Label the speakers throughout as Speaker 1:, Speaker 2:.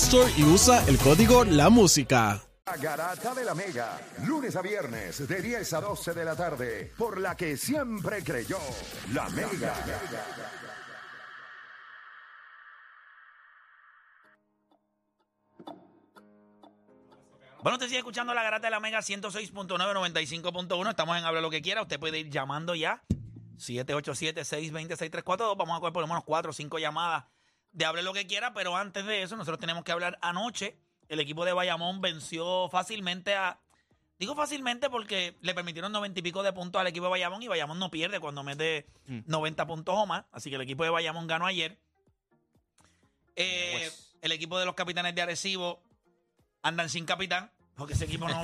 Speaker 1: Store y usa el código La Música.
Speaker 2: La Garata de la Mega, lunes a viernes de 10 a 12 de la tarde, por la que siempre creyó la Mega.
Speaker 3: Bueno, usted sigue escuchando la garata de la Mega 106.995.1. Estamos en Habla lo que quiera. Usted puede ir llamando ya. 787-620-6342. Vamos a coger por lo menos 4 o 5 llamadas de Hable lo que quiera. Pero antes de eso, nosotros tenemos que hablar anoche. El equipo de Bayamón venció fácilmente a. Digo fácilmente porque le permitieron 90 y pico de puntos al equipo de Bayamón y Bayamón no pierde cuando mete 90 puntos o más. Así que el equipo de Bayamón ganó ayer. Eh, El equipo de los capitanes de Arecibo andan sin capitán, porque ese equipo no.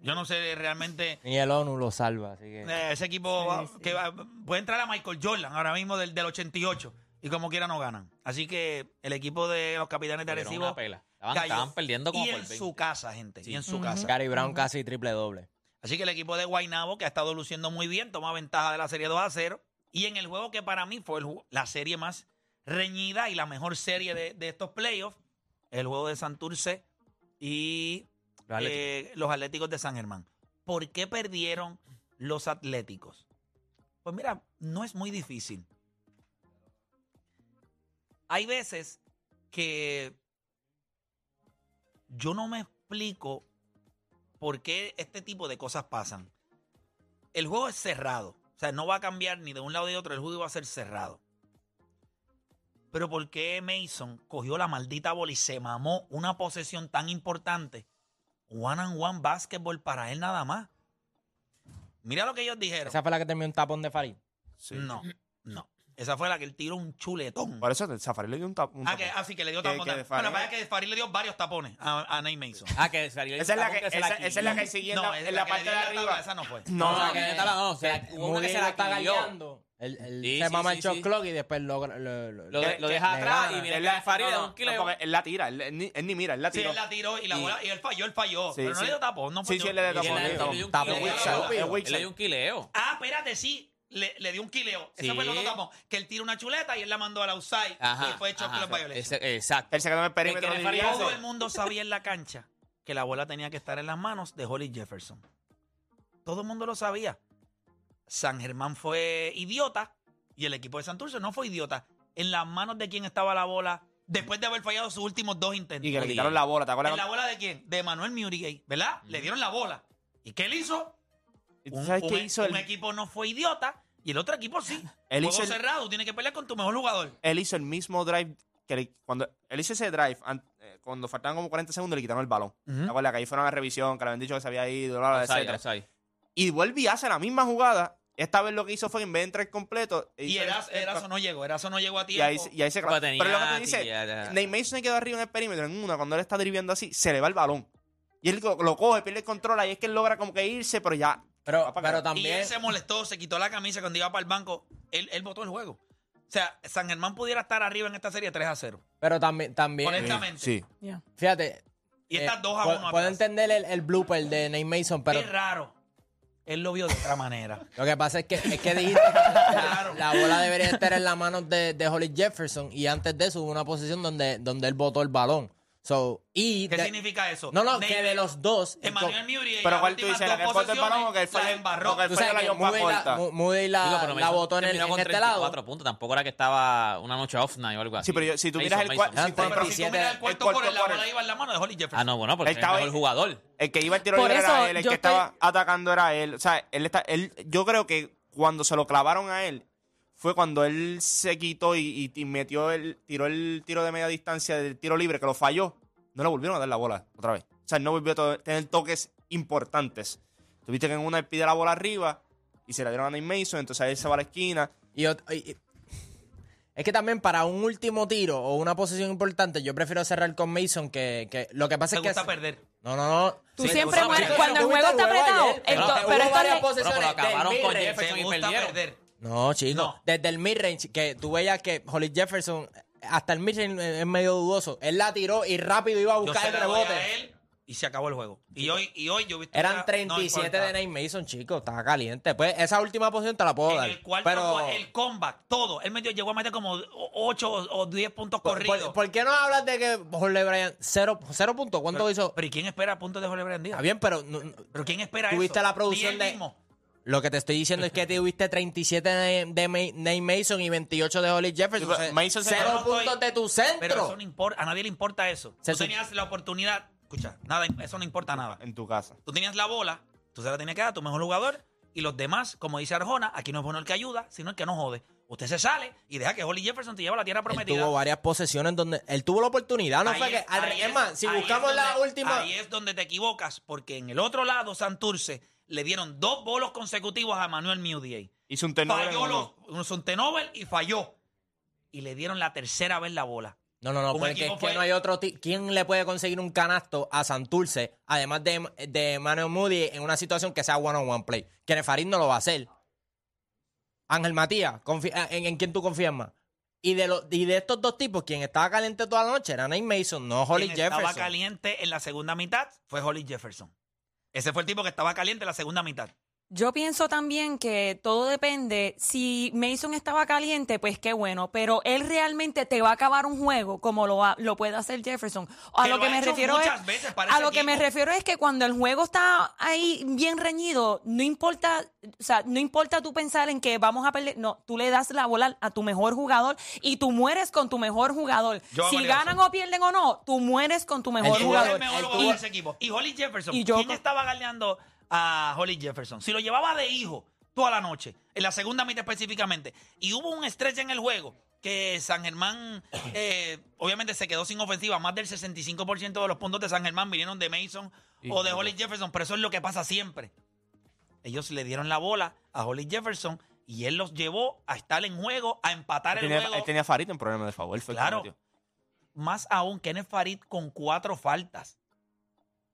Speaker 3: yo no sé realmente.
Speaker 4: Ni el ONU lo salva, así que.
Speaker 3: eh, ese equipo va- que va- puede entrar a Michael Jordan ahora mismo del, del 88 y como quiera no ganan. Así que el equipo de los capitanes de
Speaker 4: Dieron
Speaker 3: Arecibo
Speaker 4: una pela. Estaban,
Speaker 3: cayó.
Speaker 4: estaban perdiendo como
Speaker 3: y
Speaker 4: por
Speaker 3: en
Speaker 4: 20.
Speaker 3: su casa, gente, y en su casa.
Speaker 4: Gary Brown casi triple doble.
Speaker 3: Así que el equipo de Guaynabo, que ha estado luciendo muy bien, toma ventaja de la serie 2 a 0. Y en el juego que para mí fue el ju- la serie más reñida y la mejor serie de, de estos playoffs, el juego de Santurce y
Speaker 4: Los Atléticos.
Speaker 3: eh, los Atléticos de San Germán. ¿Por qué perdieron los Atléticos? Pues mira, no es muy difícil. Hay veces que yo no me explico por qué este tipo de cosas pasan. El juego es cerrado. O sea, no va a cambiar ni de un lado ni de otro. El juego va a ser cerrado. Pero ¿por qué Mason cogió la maldita bola y se mamó una posesión tan importante? One and one basketball para él nada más. Mira lo que ellos dijeron.
Speaker 4: Esa fue la que terminó un tapón de Farid.
Speaker 5: Sí.
Speaker 3: No, no. Esa fue la que él tiró un chuletón.
Speaker 5: Por eso el Safari le dio un, tap, un
Speaker 3: Ah,
Speaker 5: tapón.
Speaker 3: que, ah, sí, que le dio
Speaker 5: Que-
Speaker 3: tapón.
Speaker 5: que
Speaker 3: Bueno,
Speaker 5: de Farid-
Speaker 3: vaya que Farid le dio varios tapones a, a Nate Mason.
Speaker 4: Ah, que salió el
Speaker 6: Esa es la
Speaker 4: tapón
Speaker 6: que, esa, esa es la que sigue en la, en
Speaker 3: esa
Speaker 6: la
Speaker 3: que
Speaker 6: parte
Speaker 3: le
Speaker 6: de
Speaker 3: dio en la tabla,
Speaker 6: arriba.
Speaker 3: Esa no fue.
Speaker 4: No, la
Speaker 6: No,
Speaker 4: que neta la no. Se la, hubo una que se la está galleando. Él, él
Speaker 7: Sí,
Speaker 4: se
Speaker 7: sí,
Speaker 4: mama
Speaker 7: sí,
Speaker 4: el shot
Speaker 7: sí.
Speaker 4: clock y después lo, lo, lo-
Speaker 7: Lo,
Speaker 4: le-
Speaker 7: lo
Speaker 4: le
Speaker 7: deja atrás
Speaker 4: gana.
Speaker 7: y mira
Speaker 5: Él
Speaker 7: que
Speaker 5: la,
Speaker 7: la Farid
Speaker 5: no,
Speaker 7: le da
Speaker 5: no,
Speaker 7: un kileo.
Speaker 5: no, porque él la tira, él, él ni, él ni mira, él la
Speaker 3: Sí,
Speaker 5: tira.
Speaker 3: él la tiró y la
Speaker 7: Y-
Speaker 3: bola, y él falló, él falló.
Speaker 5: Sí,
Speaker 3: pero no
Speaker 5: sí.
Speaker 3: le dio tapón, no
Speaker 5: Sí, sí,
Speaker 3: falló.
Speaker 5: él le dio
Speaker 7: Y
Speaker 5: tapón.
Speaker 7: él
Speaker 5: le
Speaker 7: le-
Speaker 5: dio
Speaker 7: le dio
Speaker 5: tapón.
Speaker 4: Tapón,
Speaker 7: un kileo.
Speaker 5: tapón,
Speaker 7: Él
Speaker 5: tapón.
Speaker 7: Le dio un kileo.
Speaker 3: Ah, espérate, sí. Le, le dio un quileo. Ese
Speaker 7: Sí.
Speaker 3: fue el otro tapón. Que él tira una chuleta y él la mandó al outside. y fue hecho
Speaker 7: ajá,
Speaker 3: club violation.
Speaker 7: ese- Exacto.
Speaker 5: Él se quedó en el perímetro
Speaker 7: Que- que le
Speaker 5: de
Speaker 7: faría
Speaker 3: Todo
Speaker 7: ese-
Speaker 3: el mundo sabía en la cancha que la bola tenía que estar en las manos de Holly Jefferson. Todo el mundo lo sabía. San Germán fue idiota y el equipo de Santurce no fue idiota. En las manos de quién estaba la bola después de haber fallado sus últimos dos intentos.
Speaker 5: Y que le quitaron la bola, ¿te acuerdas?
Speaker 3: ¿En la bola de quién? De Manuel Murigay, ¿verdad? Le dieron la bola. ¿Y qué él hizo?
Speaker 5: ¿Y tú
Speaker 3: Un,
Speaker 5: sabes
Speaker 3: un- e-
Speaker 5: qué hizo?
Speaker 3: un
Speaker 5: Él,
Speaker 3: equipo no fue idiota y el otro equipo sí.
Speaker 5: Él
Speaker 3: Juego
Speaker 5: hizo el-
Speaker 3: cerrado, tiene que pelear con tu mejor jugador.
Speaker 5: él hizo el mismo drive que le- cuando él hizo ese drive, an- eh, cuando faltaban como 40 segundos le quitaron el balón. ¿Te acuerdas? Que ahí fueron a la revisión, que le habían dicho que se había ido, bla, bla,
Speaker 7: Outside,
Speaker 5: etcétera.
Speaker 7: outside.
Speaker 5: Y vuelve y hace la misma jugada. Esta vez lo que hizo fue que en vez de entrar completo...
Speaker 3: Y
Speaker 5: hizo el-
Speaker 3: Erazo, Erazo no llegó, Erazo no llegó a
Speaker 5: Y
Speaker 3: tiempo.
Speaker 5: ahí, se- y ahí se
Speaker 7: Pero
Speaker 5: clavó. Pero lo que te
Speaker 7: tenía-
Speaker 5: dice,
Speaker 7: tenía-
Speaker 5: Nate Mason se quedó arriba en el perímetro, en una, cuando él está driviando así, se le va el balón. Y él lo, lo coge, pierde el control, ahí es que él logra como que irse, pero ya.
Speaker 4: Pero,
Speaker 5: Papá,
Speaker 4: pero
Speaker 5: y
Speaker 3: Y él
Speaker 4: también.
Speaker 3: se molestó, se quitó la camisa cuando iba para el banco. Él, él votó el juego. O sea, San Germán pudiera estar arriba en esta serie 3 a 0.
Speaker 4: Pero también. también
Speaker 3: Honestamente.
Speaker 4: fíjate.
Speaker 3: Y
Speaker 4: eh,
Speaker 3: estas 2 a
Speaker 4: puedo-
Speaker 3: 1
Speaker 4: Puedo entender el, el blooper de Nate Mason, pero
Speaker 3: Es raro. Él lo vio de otra manera.
Speaker 4: Lo que pasa es que, es que dijiste que la,
Speaker 3: Claro.
Speaker 4: la bola debería estar en las manos de, de Holly Jefferson y antes de eso hubo una posición donde, donde él botó el balón. O So, y
Speaker 3: ¿Qué
Speaker 4: de-
Speaker 3: significa eso?
Speaker 4: No, no,
Speaker 3: Ne-
Speaker 4: que de los dos.
Speaker 3: Emmanuel Newry.
Speaker 5: Pero ¿cuál tú dices? ¿La que cortó el balón o que él fue-
Speaker 3: la embarró?
Speaker 5: o que él
Speaker 4: Tú
Speaker 5: fue-
Speaker 4: sabes
Speaker 5: la
Speaker 4: que
Speaker 5: llevó pa'
Speaker 4: Moody la,
Speaker 5: corta.
Speaker 4: Mu- Moody la-
Speaker 6: Digo, pero
Speaker 4: la
Speaker 6: Mason
Speaker 4: botó en, el-
Speaker 6: terminó con
Speaker 4: en este lado.
Speaker 6: 34 puntos. Tampoco era que estaba una noche off night o algo así.
Speaker 5: Sí, pero yo- si tú miras el
Speaker 6: Mason,
Speaker 5: cua-
Speaker 6: Mason.
Speaker 5: si tú-
Speaker 3: Pero si tú
Speaker 4: 37,
Speaker 3: miras el cuarto
Speaker 5: cortó
Speaker 3: por la
Speaker 5: por
Speaker 3: bola
Speaker 5: el-
Speaker 3: iba en la mano de Holly Jefferson.
Speaker 6: Ah, no, bueno, porque es
Speaker 5: Él
Speaker 6: el
Speaker 5: estaba
Speaker 6: mejor
Speaker 5: ahí.
Speaker 6: jugador.
Speaker 5: El que iba el tiro
Speaker 7: Por
Speaker 5: libre
Speaker 7: eso,
Speaker 5: era él, el
Speaker 7: yo
Speaker 5: que
Speaker 7: estoy-
Speaker 5: estaba atacando era él. O sea, él está, él, yo creo que cuando se lo clavaron a él fue cuando él se quitó y, y- y metió el, tiró el tiro de media distancia del tiro libre que lo falló. No le volvieron a dar la bola otra vez. O sea, no volvió a to- tener toques importantes. Tuviste que en una él pide la bola arriba y se la dieron a Nate Mason, entonces él se va a la esquina.
Speaker 4: Y ot- y- y- es que también para un último tiro o una posición importante, yo prefiero cerrar con Mason que, que lo que pasa
Speaker 3: Se
Speaker 4: es que.
Speaker 3: gusta perder.
Speaker 4: No, no, no.
Speaker 7: Tú
Speaker 6: Sí,
Speaker 7: siempre
Speaker 6: tú sabes,
Speaker 7: mueres
Speaker 6: pero
Speaker 7: cuando el
Speaker 4: Tuviste
Speaker 7: juego está apretado.
Speaker 4: ayer,
Speaker 7: el
Speaker 6: pero
Speaker 7: to-
Speaker 6: te-
Speaker 7: pero
Speaker 4: hubo
Speaker 7: esto
Speaker 4: varias
Speaker 7: es-
Speaker 6: Pero,
Speaker 4: posesiones
Speaker 6: pero acabaron
Speaker 4: del
Speaker 6: con
Speaker 4: mid-range.
Speaker 6: Jefferson
Speaker 3: Se
Speaker 6: y
Speaker 3: gusta
Speaker 6: perdieron.
Speaker 3: perder.
Speaker 4: No, chico.
Speaker 3: No.
Speaker 4: Desde el midrange, que tú veías que Holly Jefferson, hasta el midrange eh, es medio dudoso. Él la tiró y rápido iba a
Speaker 3: Yo
Speaker 4: buscar
Speaker 3: se
Speaker 4: el
Speaker 3: la doy a
Speaker 4: rebote.
Speaker 3: él y se acabó el juego. Y hoy, y hoy yo he visto...
Speaker 4: Eran
Speaker 3: una-
Speaker 4: 37
Speaker 3: no
Speaker 4: de
Speaker 3: importa.
Speaker 4: Nate Mason, chico. Estaba caliente. Pues esa última posición te la puedo dar.
Speaker 3: En el cuarto,
Speaker 4: pero...
Speaker 3: el comeback, todo. Él metió, llegó a meter como 8 o 10 puntos
Speaker 4: ¿Por,
Speaker 3: corridos.
Speaker 4: por- por qué no hablas de que Jorge Bryan, cero, cero puntos? ¿Cuánto
Speaker 3: pero,
Speaker 4: hizo?
Speaker 3: pero ¿y quién espera puntos de Jorge Brandía?
Speaker 4: Está bien, pero no- no-
Speaker 3: ¿Pero quién espera
Speaker 4: Tuviste
Speaker 3: eso?
Speaker 4: la producción
Speaker 3: Ni él
Speaker 4: de-
Speaker 3: mismo.
Speaker 4: lo que te estoy diciendo es que tuviste 37 de, de Ma- Nate Mason y 28 de Holly Jefferson.
Speaker 5: Sí,
Speaker 4: O
Speaker 5: pero
Speaker 4: sea,
Speaker 5: Mason se-
Speaker 4: cero
Speaker 3: Yo no
Speaker 4: puntos
Speaker 3: estoy-
Speaker 4: de tu
Speaker 3: Pero eso
Speaker 4: centro.
Speaker 3: no importa, a nadie le importa eso.
Speaker 4: Se
Speaker 3: Tú
Speaker 4: sup-
Speaker 3: tenías la oportunidad, escucha, nada, eso no importa nada.
Speaker 5: En tu casa.
Speaker 3: Tú tenías la bola, tú se la tenías que dar a tu mejor jugador y los demás, como dice Arjona, aquí no es bueno el que ayuda, sino el que no jode. Usted se sale y deja que Holly Jefferson te lleve a la tierra
Speaker 4: Él
Speaker 3: prometida.
Speaker 4: tuvo varias posesiones donde él tuvo la oportunidad. Ah, No
Speaker 3: Ahí
Speaker 4: fue que.
Speaker 3: es-
Speaker 4: al-
Speaker 3: ahí
Speaker 4: es más,
Speaker 3: es-
Speaker 4: si
Speaker 3: ahí es
Speaker 4: buscamos la
Speaker 3: donde-
Speaker 4: última.
Speaker 3: Ahí es donde te equivocas, porque en el otro lado, Santurce, le dieron dos bolos consecutivos a Manuel Mudiay.
Speaker 5: Hizo un turnover. en
Speaker 3: Falló
Speaker 5: uno.
Speaker 3: los, un Sontenobel y falló. Y le dieron la tercera vez la bola.
Speaker 4: No, no, no,
Speaker 3: Un
Speaker 4: porque
Speaker 3: equipo
Speaker 4: es que
Speaker 3: fue-
Speaker 4: no hay otro. ti- ¿Quién le puede conseguir un canasto a Santurce, además de, de Manuel Moody, en una situación que sea one-on-one play? Que Nefarid no lo va a hacer. Ángel Matías, confi- ah, ¿en, en quién tú confías más? Y de, los y de estos dos tipos, quien estaba caliente toda la noche era Nate Mason, no Holly
Speaker 3: Quien
Speaker 4: Jefferson.
Speaker 3: estaba caliente en la segunda mitad fue Holly Jefferson. Ese fue el tipo que estaba caliente en la segunda mitad.
Speaker 7: Yo pienso también que todo depende. Si Mason estaba caliente, pues qué bueno, pero él realmente te va a acabar un juego como lo, ha- lo puede hacer Jefferson. A
Speaker 3: Que
Speaker 7: lo
Speaker 3: lo
Speaker 7: que
Speaker 3: ha
Speaker 7: me
Speaker 3: hecho
Speaker 7: refiero es
Speaker 3: muchas veces para
Speaker 7: a
Speaker 3: ese
Speaker 7: lo que me
Speaker 3: equipo.
Speaker 7: refiero es que cuando el juego está ahí bien reñido, no importa, o sea, no importa tú pensar en que vamos a perder, no, tú le das la bola a tu mejor jugador y tú mueres con tu mejor jugador.
Speaker 3: Yo
Speaker 7: si
Speaker 3: haría
Speaker 7: ganan o pierden o no, tú mueres con tu mejor
Speaker 3: ¿Quién
Speaker 7: jugador.
Speaker 3: fue el mejor
Speaker 7: Y-
Speaker 3: jugador de ese equipo? Y Holly Jefferson.
Speaker 7: Y yo-
Speaker 3: ¿Quién estaba galeando a Holly Jefferson? Si lo llevaba de hijo toda la noche, en la segunda mitad específicamente, y hubo un estrés en el juego que San Germán eh, obviamente se quedó sin ofensiva. Más del 65% de los puntos de San Germán vinieron de Mason o de Holly Jefferson, pero eso es lo que pasa siempre. Ellos le dieron la bola a Holly Jefferson y él los llevó a estar en juego, a empatar
Speaker 5: Él
Speaker 3: el
Speaker 5: tenía,
Speaker 3: juego.
Speaker 5: él tenía Farid en problema de favor. Fue el que
Speaker 3: Claro.
Speaker 5: metió.
Speaker 3: Más aún, Kenneth Farid con cuatro faltas.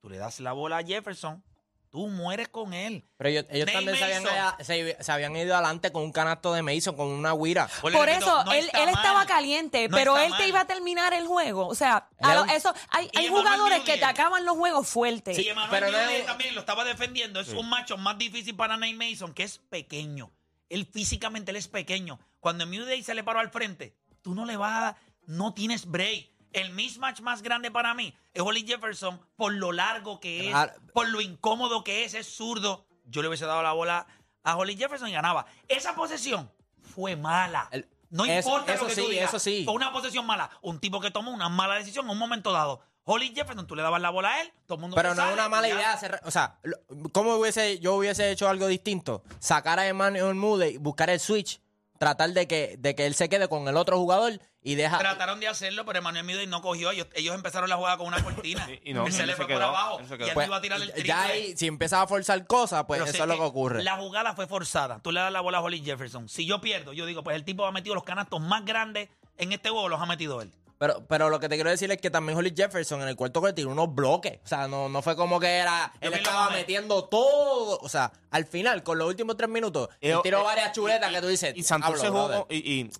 Speaker 3: Tú le das la bola a Jefferson, tú mueres con él.
Speaker 4: Pero ellos, ellos
Speaker 3: Nate
Speaker 4: también se habían,
Speaker 3: Mason.
Speaker 4: ido- se, se habían ido adelante con un canasto de Mason, con una guira.
Speaker 3: Vuelvo y
Speaker 7: Por
Speaker 3: repito,
Speaker 7: eso,
Speaker 3: no
Speaker 7: él,
Speaker 3: está
Speaker 7: él estaba
Speaker 3: mal.
Speaker 7: caliente,
Speaker 3: No
Speaker 7: pero
Speaker 3: está
Speaker 7: él te
Speaker 3: mal.
Speaker 7: iba a terminar el juego. O sea,
Speaker 4: Él
Speaker 7: a
Speaker 4: era
Speaker 7: lo-
Speaker 4: un-
Speaker 7: eso, hay,
Speaker 3: Y
Speaker 7: hay
Speaker 3: Emmanuel
Speaker 7: jugadores que
Speaker 3: Mudiay.
Speaker 7: te acaban los juegos fuertes.
Speaker 3: Y Emmanuel
Speaker 4: pero no-
Speaker 3: Mudiay también lo estaba defendiendo. Es un macho más difícil para Nate Mason, que es pequeño. Él físicamente él es pequeño. Cuando Mudiay se le paró al frente, tú no le vas a... No tienes break. El mismatch más grande para mí es Holly Jefferson por lo largo que es,
Speaker 4: Claro.
Speaker 3: por lo incómodo que es, es zurdo. Yo le hubiese dado la bola a Holly Jefferson y ganaba. Esa posesión fue mala.
Speaker 4: El-
Speaker 3: no
Speaker 4: eso-
Speaker 3: importa
Speaker 4: eso
Speaker 3: lo que tú
Speaker 4: sí,
Speaker 3: digas,
Speaker 4: eso sí.
Speaker 3: Fue una posesión mala. Un tipo que tomó una mala decisión en un momento dado. Holly Jefferson, tú le dabas la bola a él, todo el mundo
Speaker 4: Pero
Speaker 3: se
Speaker 4: no es
Speaker 3: sale
Speaker 4: una
Speaker 3: y
Speaker 4: mala
Speaker 3: ya.
Speaker 4: idea cerrar- O sea, lo- ¿cómo hubiese, yo hubiese hecho algo distinto? Sacar a Emmanuel Moody, buscar el switch, tratar de que, de que él se quede con el otro jugador y deja.
Speaker 3: Trataron de hacerlo, pero Emmanuel Midday no cogió. Ellos, ellos empezaron la jugada con una cortina.
Speaker 5: Y- y no,
Speaker 3: Él se
Speaker 5: él
Speaker 3: le
Speaker 5: se
Speaker 3: fue por
Speaker 5: quedó,
Speaker 3: abajo.
Speaker 5: él se
Speaker 3: Y
Speaker 5: quedó.
Speaker 3: él
Speaker 4: Pues,
Speaker 3: iba a tirar el triple.
Speaker 4: ya ahí, si empiezas a forzar cosas, pues
Speaker 3: Pero sé
Speaker 4: eso es lo que
Speaker 3: que
Speaker 4: ocurre.
Speaker 3: La jugada fue forzada. Tú le das la bola a Holly Jefferson. Si yo pierdo, yo digo, pues el tipo ha metido los canastos más grandes en este juego, los ha metido él.
Speaker 4: Pero, pero lo que te quiero decir es que también Holly Jefferson en el cuarto que tiró unos bloques. O sea, no, no fue como que era. Él
Speaker 3: me lo
Speaker 4: estaba
Speaker 3: mamé.
Speaker 4: metiendo todo. O sea, al final, con los últimos tres minutos,
Speaker 5: Yo-
Speaker 4: él tiró
Speaker 5: eh,
Speaker 4: varias chuletas que tú dices.
Speaker 5: Y Santurce
Speaker 4: "Hablo,
Speaker 5: jugó
Speaker 4: brother".
Speaker 5: con- y, y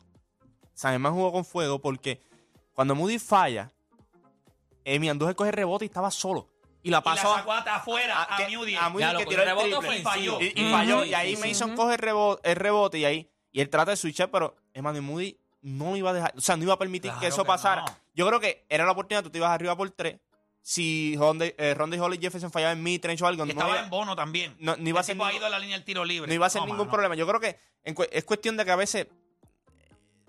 Speaker 5: San Germán jugó con fuego porque cuando Moody falla, Emi Andújar coge rebote y estaba solo.
Speaker 3: Y
Speaker 5: Y la
Speaker 3: la
Speaker 5: pasó
Speaker 3: sacó hasta afuera a, Mewdy.
Speaker 5: Moody
Speaker 6: Ya, lo
Speaker 5: que
Speaker 6: cogió
Speaker 5: tiró el
Speaker 6: rebote
Speaker 5: triple.
Speaker 3: y falló.
Speaker 5: Y, y
Speaker 7: Ujú.
Speaker 5: falló. Y ahí
Speaker 7: Sí, sí.
Speaker 5: Mason
Speaker 7: Ujú.
Speaker 5: coge el rebote, el rebote y ahí y él trata de switchar, pero Emmanuel Moody no iba a dejar, o sea, no iba a permitir
Speaker 3: Claro
Speaker 5: que eso
Speaker 3: que
Speaker 5: pasara.
Speaker 3: no.
Speaker 5: Yo creo que era la oportunidad, tú te ibas arriba por tres. Si Ronda eh, Ronda y Holly Jefferson fallaban en mí, Trench o algo, no
Speaker 3: Estaba
Speaker 5: iba,
Speaker 3: en bono también.
Speaker 5: no- no iba a
Speaker 3: El
Speaker 5: ser
Speaker 3: tipo ha
Speaker 5: ningún-
Speaker 3: ido a la línea del tiro libre.
Speaker 5: no iba a ser
Speaker 3: No,
Speaker 5: ningún
Speaker 3: mano.
Speaker 5: problema. Yo creo que en cu- es cuestión de que a veces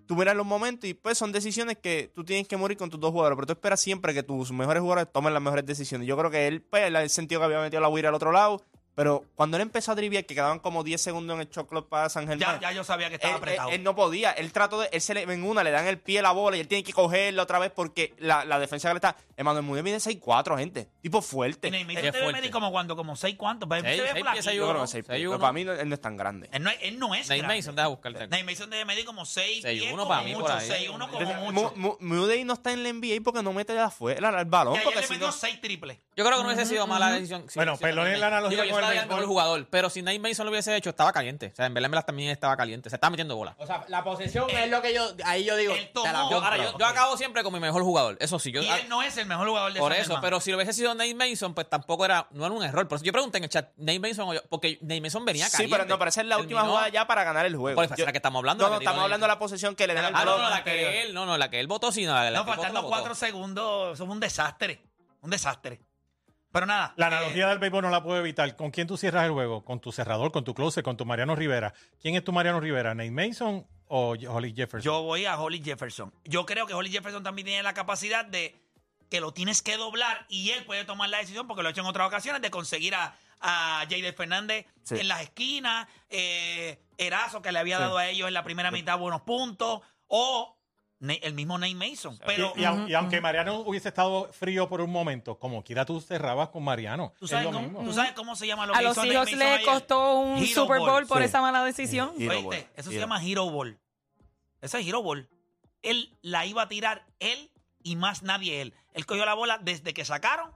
Speaker 5: tú miras los momentos y pues son decisiones que tú tienes que morir con tus dos jugadores, pero tú esperas siempre que tus mejores jugadores tomen las mejores decisiones. Yo creo que él, pues, él ha sentido que había metido la huira al otro lado, pero cuando él empezó a driviar, que quedaban como 10 segundos en el shot clock para San Germán.
Speaker 3: Ya, ya yo sabía que
Speaker 5: Él,
Speaker 3: estaba apretado.
Speaker 5: él- él no podía, él trató de, él se le en una, le dan el pie la bola y él tiene que cogerla otra vez porque la, la defensa que le está. Emmanuel Muñoz mide 6'4, gente. Tipo fuerte.
Speaker 3: y Neymita
Speaker 6: Qué
Speaker 3: te ve
Speaker 6: fuerte.
Speaker 3: medio como cuando, como seis cuantos. Se
Speaker 6: Seis-
Speaker 3: ve
Speaker 6: seis
Speaker 3: flaquito.
Speaker 6: piezas y
Speaker 5: Yo creo
Speaker 6: uno.
Speaker 5: que seis
Speaker 6: Seis
Speaker 5: pies,
Speaker 6: uno.
Speaker 5: pero para mí no- él no es tan grande.
Speaker 3: Él no, es- él no es
Speaker 6: Nate
Speaker 3: grande.
Speaker 6: Mason, deja buscarte.
Speaker 3: Nate Mason debe medir como 6,
Speaker 6: Seis,
Speaker 3: 10
Speaker 6: uno
Speaker 3: como
Speaker 6: para mí,
Speaker 3: mucho,
Speaker 6: por ahí.
Speaker 3: 6, 1 como
Speaker 5: Entonces,
Speaker 3: mucho.
Speaker 5: Mu- Mu- Moody no está en la NBA porque no mete de afuera al balón.
Speaker 3: Y ayer
Speaker 5: Porque
Speaker 3: le
Speaker 5: si
Speaker 3: metió
Speaker 5: no,
Speaker 3: 6 triples.
Speaker 6: Yo creo que no hubiese sido mala decisión. si
Speaker 8: Bueno,
Speaker 6: hubiese sido
Speaker 8: perdonen
Speaker 6: Nate
Speaker 8: la
Speaker 6: Mason.
Speaker 8: analogía
Speaker 6: Digo, yo
Speaker 8: con el
Speaker 6: sabía que era el mejor
Speaker 8: béisbol.
Speaker 6: jugador, pero si Nate Mason lo hubiese hecho, estaba caliente. O sea, en verdad, en verdad también estaba caliente. Se estaba metiendo bola.
Speaker 4: O sea, la posesión es lo que yo. Ahí yo digo.
Speaker 3: Eh, él
Speaker 4: te la
Speaker 3: tomó-
Speaker 6: Yo,
Speaker 4: compro.
Speaker 6: ahora, yo, yo acabo siempre con mi mejor jugador. Eso sí, yo. ah,
Speaker 3: Y él no es el mejor jugador de
Speaker 6: Por
Speaker 3: San
Speaker 6: eso,
Speaker 3: Germán.
Speaker 6: pero si lo hubiese sido Nate Mason, pues tampoco era, no era un error. Por eso yo pregunté en el chat, Nate Mason o yo, porque Nate Mason venía
Speaker 5: sí,
Speaker 6: caliente.
Speaker 5: pero no, pero esa es la última
Speaker 6: Terminó-
Speaker 5: jugada ya para ganar el juego.
Speaker 6: ¿Cuál es? ¿Esa
Speaker 5: Yo-
Speaker 6: la que estamos hablando?
Speaker 5: No,
Speaker 6: La
Speaker 5: no,
Speaker 6: que digo
Speaker 5: estamos
Speaker 6: de-
Speaker 5: hablando de la posesión que le dan el
Speaker 6: Ah, no,
Speaker 5: balón.
Speaker 6: no, la que él, no, no, la que él votó, sí, no, la, la
Speaker 3: No,
Speaker 6: que votó, la
Speaker 3: faltando
Speaker 6: votó.
Speaker 3: 4 segundos, eso fue un desastre. Un desastre. Pero nada.
Speaker 8: La
Speaker 3: eh,
Speaker 8: analogía del béisbol no la puedo evitar. ¿Con quién tú cierras el juego? ¿Con tu cerrador, con tu closet, con tu Mariano Rivera? ¿Quién es tu Mariano Rivera? ¿Nate Mason o Holly Jefferson?
Speaker 3: Yo voy a Holly Jefferson. Yo creo que Holly Jefferson también tiene la capacidad de que lo tienes que doblar y él puede tomar la decisión, porque lo ha hecho en otras ocasiones, de conseguir a, a Jader Fernández
Speaker 5: Sí.
Speaker 3: en las esquinas, eh, Erazo que le había dado a ellos en la primera mitad buenos puntos, o Ne- el mismo Nate Mason. Pero
Speaker 8: y, y au- y aunque Mariano hubiese estado frío por un momento, como quiera tú cerrabas con Mariano.
Speaker 3: ¿tú,
Speaker 8: Es
Speaker 3: sabes
Speaker 8: lo
Speaker 3: cómo,
Speaker 8: mismo.
Speaker 3: tú sabes cómo se llama lo
Speaker 7: A
Speaker 3: que
Speaker 7: los
Speaker 3: hizo Nate
Speaker 7: Seahawks
Speaker 3: Mason
Speaker 7: le
Speaker 3: ayer?
Speaker 7: costó un
Speaker 3: Hero
Speaker 7: Super
Speaker 3: ball.
Speaker 7: Bowl por
Speaker 5: Sí.
Speaker 7: esa mala decisión.
Speaker 5: Hero
Speaker 3: Oíste,
Speaker 5: ball,
Speaker 3: Eso se
Speaker 5: hero.
Speaker 3: llama Hero Ball. Ese es Hero Ball. Él la iba a tirar él y más nadie él. Él cogió la bola desde que sacaron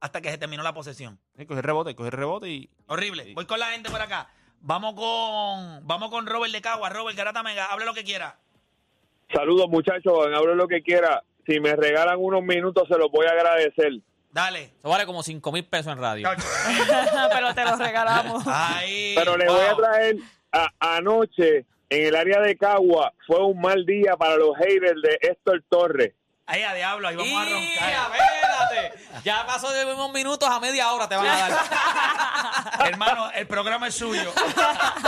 Speaker 3: hasta que se terminó la posesión.
Speaker 5: Sí, Coger rebote, coger rebote y.
Speaker 3: Horrible.
Speaker 5: Sí.
Speaker 3: Voy con la gente por acá. Vamos con vamos con Robert de Cagua. Robert Garata Mega, hable lo que quiera.
Speaker 9: Saludos muchachos, en hablo lo que quiera. Si me regalan unos minutos se los voy a agradecer.
Speaker 3: Dale.
Speaker 6: Eso vale como 5 mil pesos en radio.
Speaker 7: Pero te lo regalamos.
Speaker 3: Ahí.
Speaker 9: Pero les voy a
Speaker 3: wow.
Speaker 9: traer a- anoche en el área de Cagua fue un mal día para los haters de Héctor Torres.
Speaker 3: Ahí a diablo, ahí vamos a
Speaker 6: Y,
Speaker 3: roncar.
Speaker 6: espérate, ya pasó de unos minutos a media hora te van a dar.
Speaker 3: Hermano, el programa es suyo.